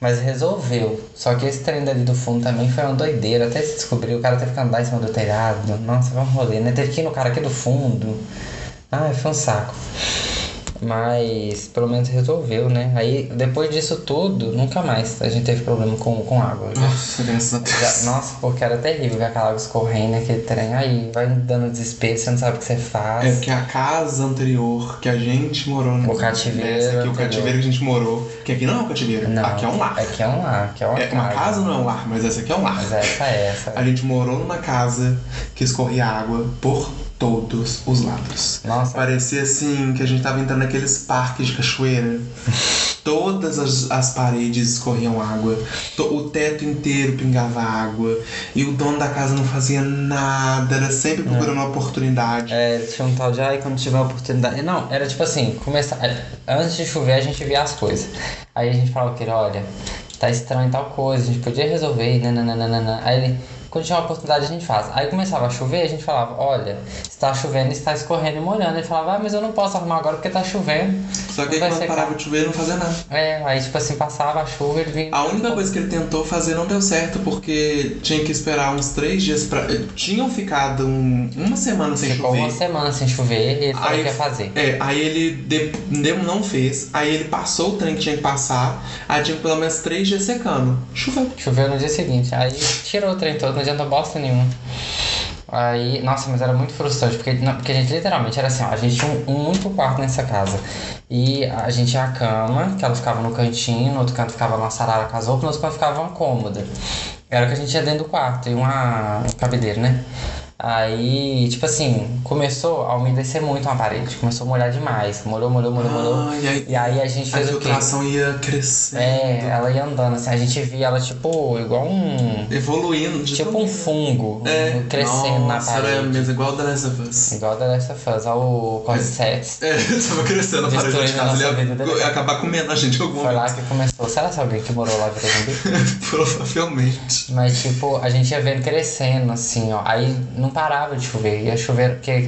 A: Mas resolveu. Só que esse trem dali do fundo também foi uma doideira. Até se descobriu, o cara teve que andar em cima do telhado. Nossa, foi um rolê, né? Teve que ir no cara aqui do fundo. Ai, foi um saco. Mas pelo menos resolveu, né? Aí depois disso tudo, nunca mais a gente teve problema com, com água. né? Já
B: Nossa, graças a Deus.
A: já- nossa, porque era terrível ver aquela água escorrendo, aquele trem. Aí vai dando desespero, você não sabe o que você
B: É
A: faz.
B: porque a casa anterior que a gente morou né?
A: O cativeiro
B: Essa aqui, o
A: anterior.
B: cativeiro que a gente morou. Que aqui não é um cativeiro,
A: Não,
B: aqui é um lar.
A: Aqui é um lar, aqui é uma
B: É
A: casa.
B: uma casa não é um lar, mas essa aqui é um lar.
A: Mas essa é essa.
B: A gente morou numa casa que escorria água por todos os lados.
A: Nossa.
B: Parecia assim que a gente tava entrando naqueles parques de cachoeira. Todas as, as paredes escorriam água, to- o teto inteiro pingava água, e o dono da casa não fazia nada, era sempre procurando uma oportunidade.
A: É, tinha um tal de, ai, quando tiver oportunidade. Não, era tipo assim, começar. Antes de chover, a gente via as coisas. Aí a gente falava que ele, olha, tá estranho tal coisa, a gente podia resolver, nananana. Aí ele, quando tinha uma oportunidade a gente faz. Aí começava a chover, a gente falava, olha, está chovendo, está escorrendo e molhando. Ele falava, ah, mas eu não posso arrumar agora porque tá chovendo.
B: Só que
A: não vai
B: aí quando
A: secar."
B: parava de chover, ele não fazia nada.
A: É, aí tipo assim, passava a chuva, ele vinha.
B: A única coisa que ele tentou fazer não deu certo, porque tinha que esperar uns três dias pra. eh, Tinham ficado um- uma semana sem
A: Ficou
B: chover.
A: uma semana sem chover e ele falou
B: Aí-
A: que ia fazer.
B: É, aí ele de- deu- não fez, aí ele passou o trem que tinha que passar, aí tinha pelo menos três dias secando. Choveu.
A: Choveu no dia seguinte, aí tirou o trem todo, não adiantou bosta nenhuma. Aí, nossa, mas era muito frustrante, porque, não, porque a gente literalmente era assim, ó, a gente tinha um, um único quarto nessa casa. E a gente tinha a cama, que ela ficava no cantinho, no outro canto ficava a nossa arara com as roupas, no outro canto ficava uma cômoda. Era o que a gente tinha dentro do quarto, e uma um cabideiro, né? Aí, tipo assim, começou a umedecer muito uma parede, começou a molhar demais, molhou, molhou, molhou, molhou.
B: Ah, e aí,
A: E aí a gente
B: a
A: fez o quê?
B: infiltração ia crescendo,
A: É, ela ia andando, assim, a gente via ela tipo, igual um.
B: evoluindo de
A: Tipo
B: tão-
A: um fungo
B: é,
A: um- crescendo
B: nossa,
A: na
B: era
A: parede.
B: mesmo igual o The Last of Us.
A: Igual a The Last of Us, ao Corsets.
B: É, [laughs] tava crescendo a parede lá de
A: Destruindo a
B: casa,
A: nossa
B: ele
A: vida
B: ia, ia acabar comendo a gente em algum
A: Foi lá
B: momento.
A: que começou. Será que alguém que morou lá virou
B: [laughs]
A: zumbi?
B: Provavelmente.
A: Mas tipo, a gente ia vendo crescendo, assim, ó. Aí não parava de chover. Ia chover, porque é,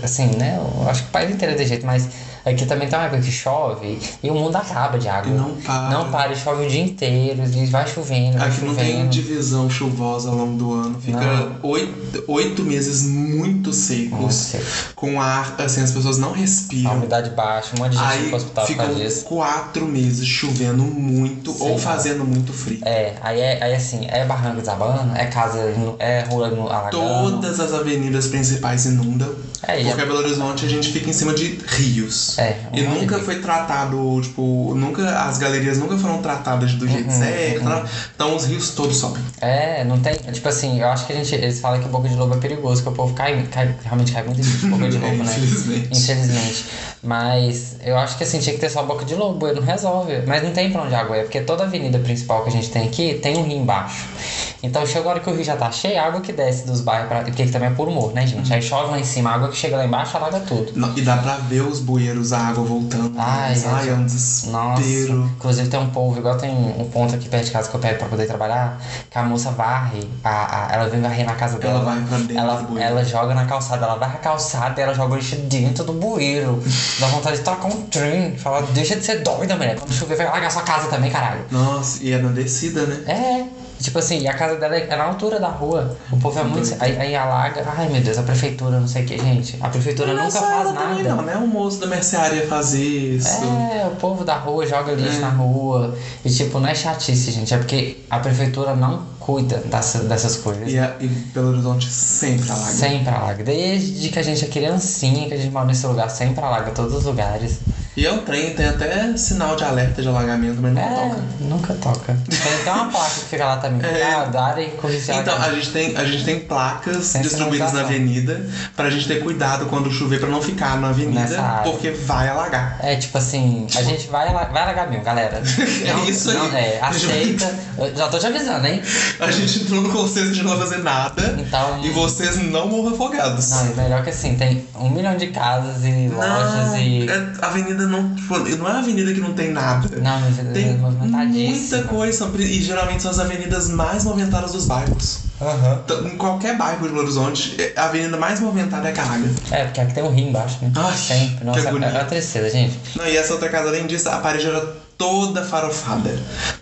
A: é, assim, né? Eu acho que o país inteiro é desse jeito, mas aqui também tem uma época que chove e o mundo acaba de água.
B: E não para. né?
A: Não para, e chove o dia inteiro, e vai chovendo, vai
B: Aqui não tem
A: chovendo.
B: divisão chuvosa ao longo do ano. Fica
A: Não.
B: oito, oito meses muito
A: Muito
B: secos,
A: seco.
B: com ar, assim, as pessoas não
A: A
B: respiram.
A: umidade baixa, um monte de gente
B: Aí um
A: indo pro hospital por
B: ficam
A: causa disso.
B: quatro meses chovendo muito
A: Sim.
B: ou fazendo muito frio.
A: É, aí, é, aí assim, é barranco desabando, é casa, no- é rua no alagando.
B: Todas as avenidas principais inundam.
A: É, e
B: Porque Belo Horizonte a gente fica em cima de rios.
A: É,
B: E
A: um monte
B: nunca
A: de-
B: foi tratado, tipo, nunca as galerias nunca foram tratadas do jeito
A: Uhum,
B: certo. né? Então os rios todos sobem.
A: É, não tem. Tipo assim, eu acho que a gente. Eles falam que boca de lobo é perigoso, que o povo cai. cai realmente cai muita gente de boca de lobo, né?
B: Infelizmente.
A: Infelizmente. Mas eu acho que assim, tinha que ter só boca de lobo, ele não resolve. Mas não tem pra onde a água é, porque toda avenida principal que a gente tem aqui tem um rio embaixo. Então chega a hora que o rio já tá cheio, a água que desce dos bairros pra. Porque aqui também é por humor, né, gente?
B: Uhum.
A: Aí chove lá em cima, a água que chega lá embaixo alaga tudo.
B: Não, E dá pra ver os bueiros, a água voltando. né?
A: Ai,
B: Mas, ai, é um
A: Nossa,
B: desespero.
A: inclusive tem um povo, igual tem um ponto aqui perto de casa que eu pego pra poder trabalhar, que a moça varre, a, a- ela vem varrer na casa dela.
B: Ela vai pra dentro do
A: ela,
B: bueiro.
A: ela joga na calçada, ela varre a calçada e ela joga o lixo dentro do
B: [laughs]
A: bueiro. Dá vontade de trocar um trem. Fala, deixa de ser doida, mulher. Quando chover, vai largar sua casa também, caralho.
B: Nossa, e é na descida, né?
A: É. Tipo assim, e a casa dela é na altura da rua. O povo é muito. Aí, aí alaga. Ai meu Deus, a prefeitura, não sei o que, gente. A prefeitura
B: Não é
A: nunca
B: só
A: faz
B: ela também,
A: nada.
B: não, né? O moço da mercearia fazer isso.
A: É, o povo da rua joga lixo
B: É.
A: na rua. E tipo, não é chatice, gente. É porque a prefeitura não cuida dessa- dessas coisas.
B: E, é a, e Belo Horizonte sempre tá alaga.
A: Sempre alaga. Desde que a gente é criancinha, que a gente mora nesse lugar, sempre alaga todos os lugares.
B: E é um trem, tem até sinal de alerta de alagamento, mas não
A: É,
B: toca.
A: nunca toca. Tem até uma placa que fica lá também.
B: É.
A: Ah, da área e corrigir
B: Então, a gente tem, a gente tem placas
A: Tem
B: distribuídas na
A: sinalização.
B: avenida pra gente ter cuidado quando chover pra não ficar
A: Nessa
B: na avenida,
A: área.
B: porque vai alagar.
A: É, tipo assim, a gente vai, ala- vai alagar mesmo, galera.
B: [laughs] É isso aí.
A: Não, é, aceita. Eu já tô te avisando, hein?
B: A gente entrou no consenso de não fazer nada
A: Então-
B: e vocês não morram afogados.
A: Não, é melhor que assim, tem um milhão de casas e lojas
B: Não,
A: e.
B: é- a avenida não. tipo, Não é a avenida que não tem nada.
A: Não, mas
B: Tem
A: é movimentadíssimo.
B: muita coisa. são pri- E geralmente são as avenidas mais movimentadas dos bairros.
A: Aham.
B: T- Em qualquer bairro de Belo Horizonte, é- a avenida mais movimentada é a Caralho.
A: É, porque aqui tem um rim embaixo, né?
B: Ai, que
A: Sempre. Nossa, é
B: agonia.
A: uma tristeza, gente.
B: Não, e essa outra casa, além disso, a parede era toda farofada.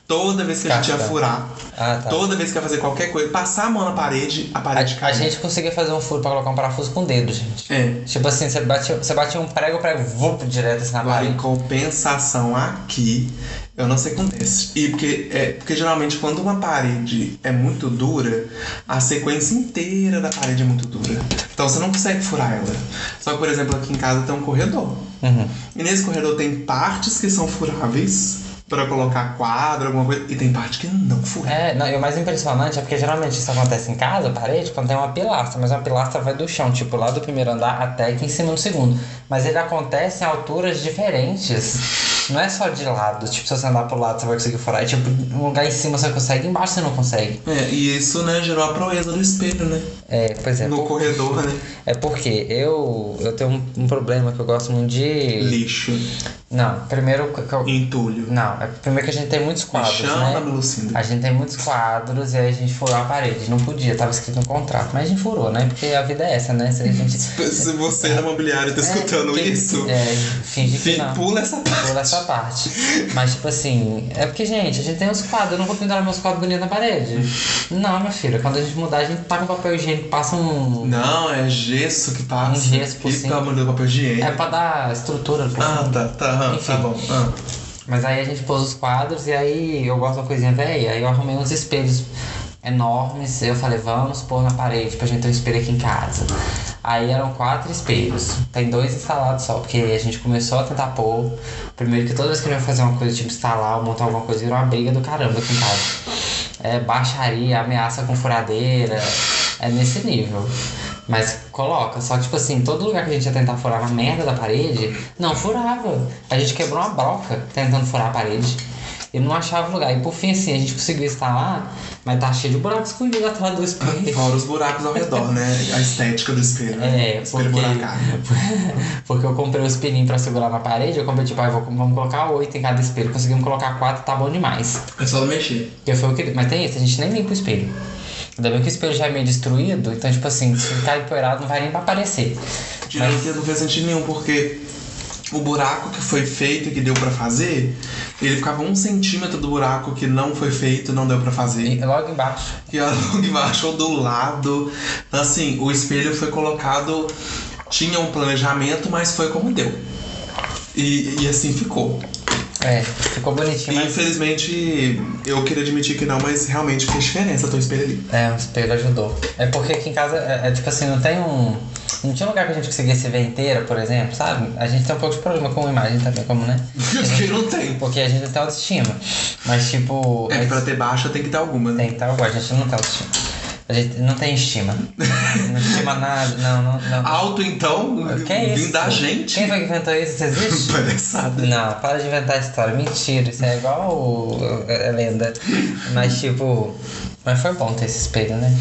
B: Toda vez que a gente ia
A: Casca.
B: furar,
A: Ah, tá.
B: toda vez que ia fazer qualquer coisa, passar a mão na parede, a
A: A,
B: parede
A: a
B: caía.
A: gente conseguia fazer um furo pra colocar um parafuso com o dedo, gente.
B: É.
A: Tipo assim, você batia, você batia um prego, o prego vup, direto assim na
B: Agora, em
A: parede.
B: compensação aqui, eu não sei o que acontece. E porque, é, porque geralmente quando uma parede é muito dura, a sequência inteira da parede é muito dura. Então você não consegue furar ela. Só que, por exemplo, aqui em casa tem um corredor.
A: Uhum.
B: E nesse corredor tem partes que são furáveis pra colocar quadro, alguma coisa, e tem parte que não fura.
A: É, não, e o mais impressionante é porque geralmente isso acontece em casa, parede, quando tem uma pilastra, mas uma pilastra vai do chão, tipo lá do primeiro andar até aqui em cima do segundo. Mas ele acontece em alturas diferentes. não é só de lado. Tipo, se você andar pro lado, você vai conseguir furar. É tipo, um lugar em cima você consegue, embaixo você não consegue.
B: É, e isso, né, gerou a proeza do espelho, né?
A: É, pois é.
B: No
A: por-
B: corredor, né?
A: É porque eu, eu tenho um, um problema que eu gosto muito de.
B: Lixo.
A: Não, primeiro. que eu-
B: Entulho.
A: Não, é primeiro que a gente tem muitos quadros,
B: Chama
A: né?
B: Lucinda.
A: A gente tem muitos quadros e aí a gente furou a parede. Não podia, tava escrito no contrato. Mas a gente furou, né? Porque a vida é essa, né? Se a gente.
B: Se você era mobiliário e [laughs] tá escutando
A: É, que-
B: isso,
A: É, finge que
B: fi-
A: não.
B: pula essa parte.
A: Pula essa parte. Mas, tipo assim, é porque, gente, a gente tem uns quadros, eu não vou pendurar meus quadros bonitos na parede. Não, meu filho, quando a gente mudar, a gente taca um papel higiênico, passa um.
B: Não, é gesso que passa.
A: Um gesso por
B: que
A: cima.
B: pelo amor de Deus, papel higiênico.
A: É pra dar estrutura pro
B: Ah, tá, tá, ah, tá
A: Enfim.
B: bom. Ah.
A: Mas aí a gente pôs os quadros e aí eu gosto da coisinha velha. Aí eu arrumei uns espelhos enormes. Eu falei, vamos pôr na parede pra gente ter um espelho aqui em casa. Aí eram quatro espelhos. Tem dois instalados só, porque a gente começou a tentar pôr. Primeiro que toda vez que eu ia fazer uma coisa, tipo instalar ou montar alguma coisa, era uma briga do caramba aqui em casa. É baixaria, ameaça com furadeira. É nesse nível. Mas coloca, só que tipo assim, todo lugar que a gente ia tentar furar na merda da parede, não furava. A gente quebrou uma broca tentando furar a parede. E não achava lugar. E por fim, assim, a gente conseguiu instalar, mas tá cheio de buracos escondido atrás do espelho. [laughs]
B: Fora os buracos ao redor, né? A estética do espelho. né?
A: É,
B: espelho
A: porque-
B: buracado.
A: Porque eu comprei o espelhinho pra segurar na parede, eu comprei tipo, ah, vou- vamos colocar oito em cada espelho. Conseguimos colocar quatro, tá bom demais.
B: É só não mexer.
A: Porque foi o que... Mas tem isso, a gente nem limpa o espelho. Ainda bem que o espelho já é meio destruído, então, tipo assim, se ficar empoeirado não vai nem pra aparecer. Mas-
B: Direito não fez sentido nenhum, porque o buraco que foi feito e que deu pra fazer, ele ficava um centímetro do buraco que não foi feito, não deu pra fazer.
A: e logo embaixo.
B: E a Long [laughs] baixou do lado. Então, assim, o espelho foi colocado. Tinha um planejamento, mas foi como deu. E, e assim ficou.
A: É, ficou bonitinho, mas.
B: Infelizmente, eu queria admitir que não, mas realmente fez diferença teu espelho ali. [laughs]
A: É, o espelho ajudou. É porque aqui em casa, é, é tipo assim, não tem um. Não tinha lugar que a gente conseguia se ver inteira, por exemplo, sabe? A gente tem um pouco de problema com imagem também, como, né?
B: Porque não tem.
A: Porque a gente não tem autoestima. Mas, tipo.
B: É
A: é-
B: que pra ter baixa tem que ter alguma, né?
A: Tem que tá igual, a gente não tem autoestima. A gente não tem estima. não estima nada, não, não.
B: [laughs]
A: não.
B: Alto então,
A: que é isso?
B: vindo da gente.
A: Quem foi que é inventou isso? Isso existe?
B: [laughs] Palhaçada.
A: Não, para de inventar história. Mentira, isso é igual o- é lenda. Mas tipo. Mas foi bom ter esse espelho, né?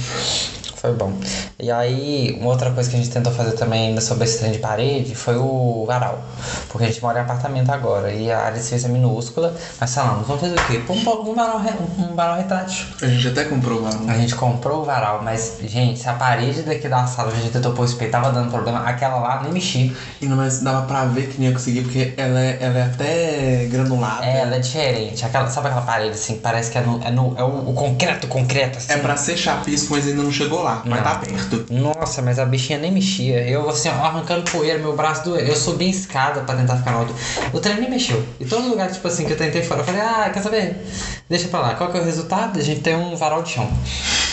A: Foi bom. E aí, uma outra coisa que a gente tentou fazer também ainda sobre esse trem de parede foi o varal. Porque a gente mora em apartamento agora e a área de serviço é minúscula. Mas falamos, vamos fazer o quê? Pôr um, pouco- um, varal, re- um varal retrátil.
B: A gente até comprou lá. um-
A: A gente comprou o varal, mas, gente, se a parede daqui da sala que a gente tentou pôr o espelho tava dando problema, aquela lá nem mexia.
B: E não mas É. dava pra ver que não ia conseguir, porque ela é, ela é até granulada.
A: É, ela é diferente. Aquela, sabe aquela parede assim, que parece que é, no, é, no, é o, o concreto, concreto, assim.
B: É pra ser chapisco, mas ainda não chegou lá.
A: Não.
B: Mas tá perto.
A: Nossa, mas a bichinha nem mexia. Eu, assim, ó, arrancando poeira, meu braço doeu. Eu subi em escada pra tentar ficar no alto. O trem nem mexeu. E todo lugar, tipo assim, que eu tentei fora, eu falei, ah, quer saber? Deixa pra lá. Qual que é o resultado? A gente tem um varal de chão.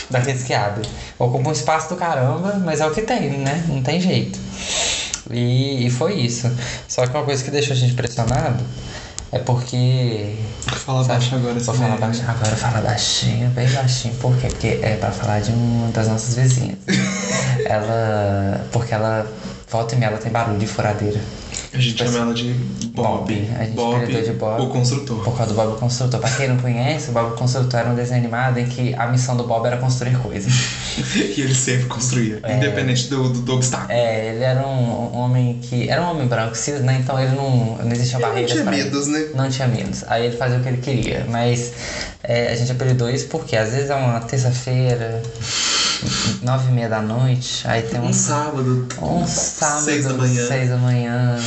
A: Daqueles que abre. Ocupa um espaço do caramba, mas é o que tem, né? Não tem jeito. E, e foi isso. Só que uma coisa que deixou a gente impressionado é porque
B: Fala baixo agora, né?
A: Vou
B: essa
A: falar
B: merda.
A: baixinho. Agora fala baixinho, bem baixinho. Por quê? Porque é pra falar de uma das nossas
B: [laughs]
A: vizinhas. ela. Porque ela. Volta e meia, ela tem barulho de furadeira.
B: A gente chama ela de Bob.
A: Bob. A gente apelidou de Bob.
B: o construtor.
A: Por causa do Bob Construtor. Pra quem não conhece, o Bob Construtor era um desenho animado em que a missão do Bob era construir
B: [laughs]
A: coisas.
B: [laughs] e ele sempre construía, independente do, do, do obstáculo.
A: É, ele era um, um homem que. Era um homem branco, cis, né? Então ele não. Não existia
B: Ele não
A: barreiras
B: tinha
A: pra ele.
B: medos, né?
A: Não tinha medos. Aí ele fazia o que ele queria. Mas é, a gente apelidou isso porque às vezes é uma terça-feira, nove e meia da noite, aí tem
B: Um
A: um,
B: sábado.
A: um sábado,
B: Seis da manhã.
A: seis da manhã,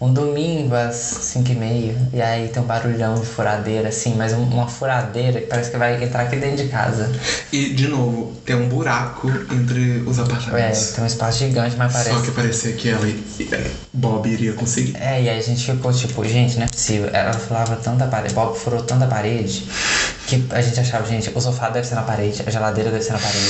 A: um domingo às cinco e meia, e aí tem um barulhão de furadeira, assim, mas um- uma furadeira que parece que vai entrar aqui dentro de casa.
B: E, de novo, tem um buraco entre os
A: É,
B: apartamentos.
A: tem um espaço gigante, mas parece.
B: Só que parecia que ela e Bob iria conseguir.
A: É, e aí a gente ficou tipo, gente, não é possível. Ela falava tanta parede, Bob furou tanta parede que a gente achava, gente, o sofá deve ser na parede, a geladeira deve ser na parede,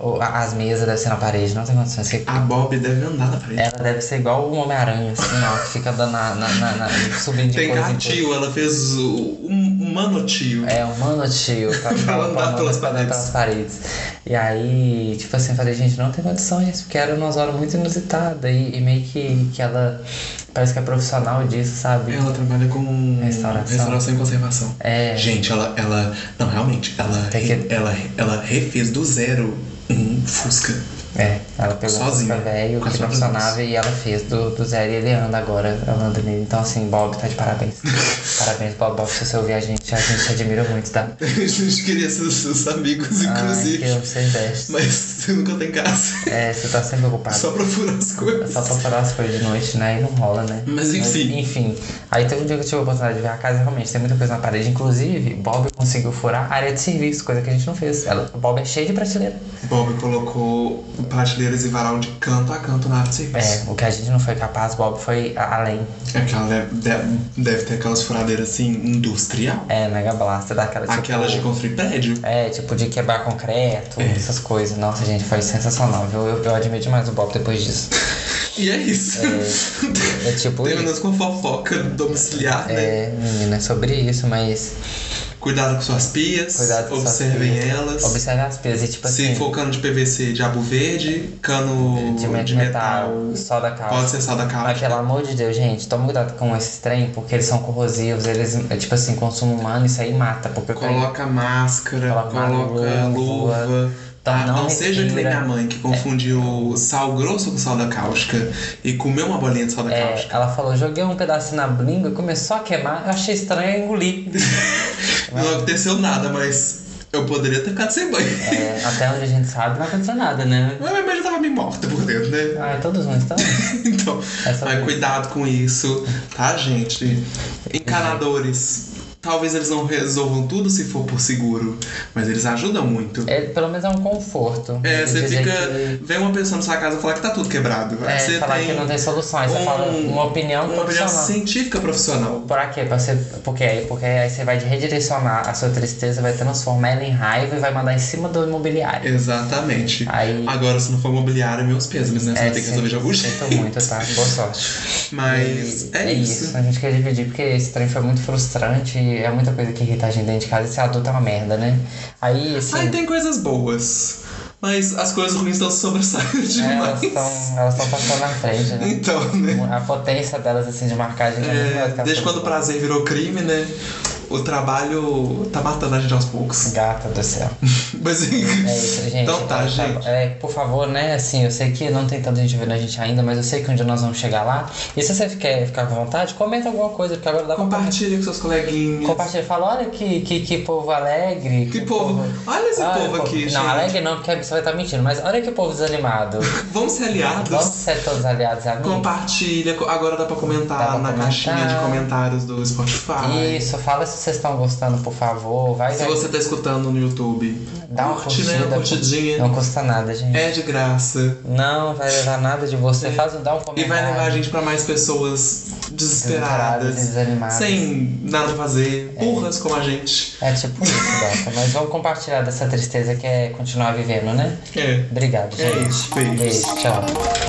A: ou a- as mesas devem ser na parede, não tem condições. Que...
B: A Bob deve andar na parede.
A: Ela deve ser igual o Homem-Aranha, assim, ó, que fica andando na, na, na, na- subindo de
B: Tem
A: coisa em
B: gatinho, ela fez o- um, um mano tio.
A: É, o mano tio, pra, pra, pra,
B: andar
A: andar pelas,
B: pelas paredes.
A: paredes. E aí, tipo assim, eu falei, gente, não tem condições, porque era uma zona muito inusitada e, e meio que, que ela parece que é profissional disso, sabe?
B: Ela trabalha com
A: Restauração.
B: restauração e conservação.
A: É.
B: Gente, ela, ela. Não, realmente, ela,
A: Tem que-
B: re- ela, ela refez do zero um Fusca. [laughs]
A: É, ela pegou
B: Sozinha,
A: um Fusca velho
B: com as
A: que não
B: próprias
A: funcionava e ela fez do, do zero e ele anda agora, ela anda nele. Então assim, Bob tá de parabéns.
B: [laughs]
A: parabéns, Bob. Bob, se você ouvir a gente, a gente te admira muito, tá?
B: A gente queria ser seus amigos,
A: Ai,
B: inclusive.
A: que eu sei deste.
B: Mas você nunca tá em
A: [laughs]
B: casa.
A: É, você tá sempre ocupado.
B: Só pra furar as coisas.
A: Só pra parar as coisas de noite, né? E não rola, né?
B: Mas enfim.
A: enfim. Aí teve um dia que eu tive a oportunidade de ver a casa, realmente tem muita coisa na parede. Inclusive, Bob conseguiu furar a área de serviço, coisa que a gente não fez. Ela, Bob é cheio de prateleira.
B: Bob colocou prateleiras e varal de canto a canto na área de serviço.
A: É, o que a gente não foi capaz, Bob foi a- além.
B: É, porque ela deve, deve- deve ter aquelas furadeiras assim, industrial.
A: É, mega blaster, daquela tipo,
B: Aquelas de construir prédio.
A: É, tipo de quebrar concreto,
B: É.
A: essas coisas. Nossa, gente, foi sensacional, viu? Eu, eu admiro demais o Bob depois disso.
B: E é isso. [laughs]
A: É tipo isso.
B: Terminamos com fofoca domiciliar, um né?
A: É, menina, é sobre isso, mas
B: Cuidado com suas pias,
A: cuidado com suas
B: observem
A: pias.
B: elas.
A: Observe as pias e tipo
B: Se
A: assim.
B: for cano de PVC, diabo verde, cano
A: de metal, tá. só da calça.
B: pode ser só da
A: Mas
B: calça.
A: pelo amor de Deus, gente, toma cuidado com esses trem, porque eles são corrosivos, eles, é, tipo assim, consumo humano, isso aí mata, porque o trem-
B: Coloca máscara,
A: Coloca
B: coloca
A: luva.
B: luva.
A: Então
B: Ah,
A: não
B: não seja que nem
A: respira.
B: minha mãe que confundiu sal grosso com sal da cáustica e comeu uma bolinha de sal da
A: é,
B: cáustica.
A: ela falou, joguei um pedacinho na língua, começou a queimar, eu achei estranho e engoli.
B: [laughs] Não aconteceu nada, mas eu poderia ter ficado sem banho.
A: É, até onde a gente sabe não aconteceu nada, né?
B: [laughs] Mas minha mãe já tava meio morta por dentro, né?
A: Ah, todos nós estamos.
B: [laughs] Então,
A: Essa
B: mas
A: foi.
B: cuidado com isso, tá, gente? Encanadores. Talvez eles não resolvam tudo se for por seguro, mas eles ajudam muito.
A: É, pelo menos é um conforto.
B: É, você
A: Dizer
B: fica.
A: que-
B: Vem uma pessoa na sua casa falar que tá tudo quebrado. Aí
A: É,
B: você
A: falar
B: tem um-
A: que não tem solução, aí você fala uma opinião
B: uma opinião
A: profissional.
B: científica profissional.
A: Pra quê? Pra você, porque, aí, porque aí você vai redirecionar a sua tristeza, vai transformar ela em raiva e vai mandar em cima do imobiliário.
B: Exatamente.
A: Aí- assim,
B: Agora, se não for mobiliário, meus pêsames,
A: É,
B: né? Ah, Você vai ter que resolver de algum jeito.
A: Sinto muito, tá? Boa
B: [laughs]
A: sorte.
B: Mas
A: E
B: é, isso.
A: A gente quer dividir porque esse trem foi muito frustrante e é muita coisa que irrita a gente dentro de casa. Esse adulto é uma merda, né? Aí, assim.
B: Aí tem coisas boas, mas as coisas ruins estão se sobressaindo
A: é,
B: demais.
A: elas estão elas tão passando na frente,
B: [laughs]
A: né?
B: Então, né?
A: A potência delas, assim, de marcagem.
B: É, desde quando o prazer virou crime, né? O trabalho tá matando a gente
A: [laughs]
B: aos poucos. [laughs]
A: Gata do céu.
B: Mas
A: É isso, gente.
B: Então tá, gente.
A: É, por favor, né? Assim, eu sei que não tem tanta gente vendo a gente ainda, mas eu sei que um dia nós vamos chegar lá. E se você quer ficar com vontade, comenta alguma coisa, porque agora dá pra
B: Compartilha com seus coleguinhas.
A: compartilhar. Fala, olha que, que, que povo alegre.
B: Que povo. Olha esse
A: Olha,
B: povo aqui,
A: Não,
B: gente.
A: alegre não, porque você vai estar mentindo, mas olha que povo
B: [laughs]
A: desanimado.
B: Vamos ser
A: Vamos
B: aliados.
A: ser todos aliados, amigos.
B: Compartilha. Agora dá pra comentar
A: Dá pra
B: na
A: comentar.
B: caixinha de comentários do Spotify.
A: Isso, fala se vocês estão gostando, por favor. Vai,
B: Se
A: vai.
B: você tá escutando no YouTube,
A: Dá uma
B: curte, né?
A: curtida,
B: Uma curtidinha.
A: Não custa nada, gente.
B: É de graça.
A: Não vai levar nada de você. Faz um, dá um
B: E
A: comentário.
B: vai levar a gente pra mais pessoas
A: Desesperadas,
B: desesperadas,
A: desanimadas.
B: sem nada pra fazer, burras como a gente.
A: É tipo isso, Dota. Mas vamos compartilhar dessa tristeza que é continuar vivendo, né?
B: É.
A: Obrigado,
B: É
A: gente.
B: isso, beijo.
A: Beijo, tchau.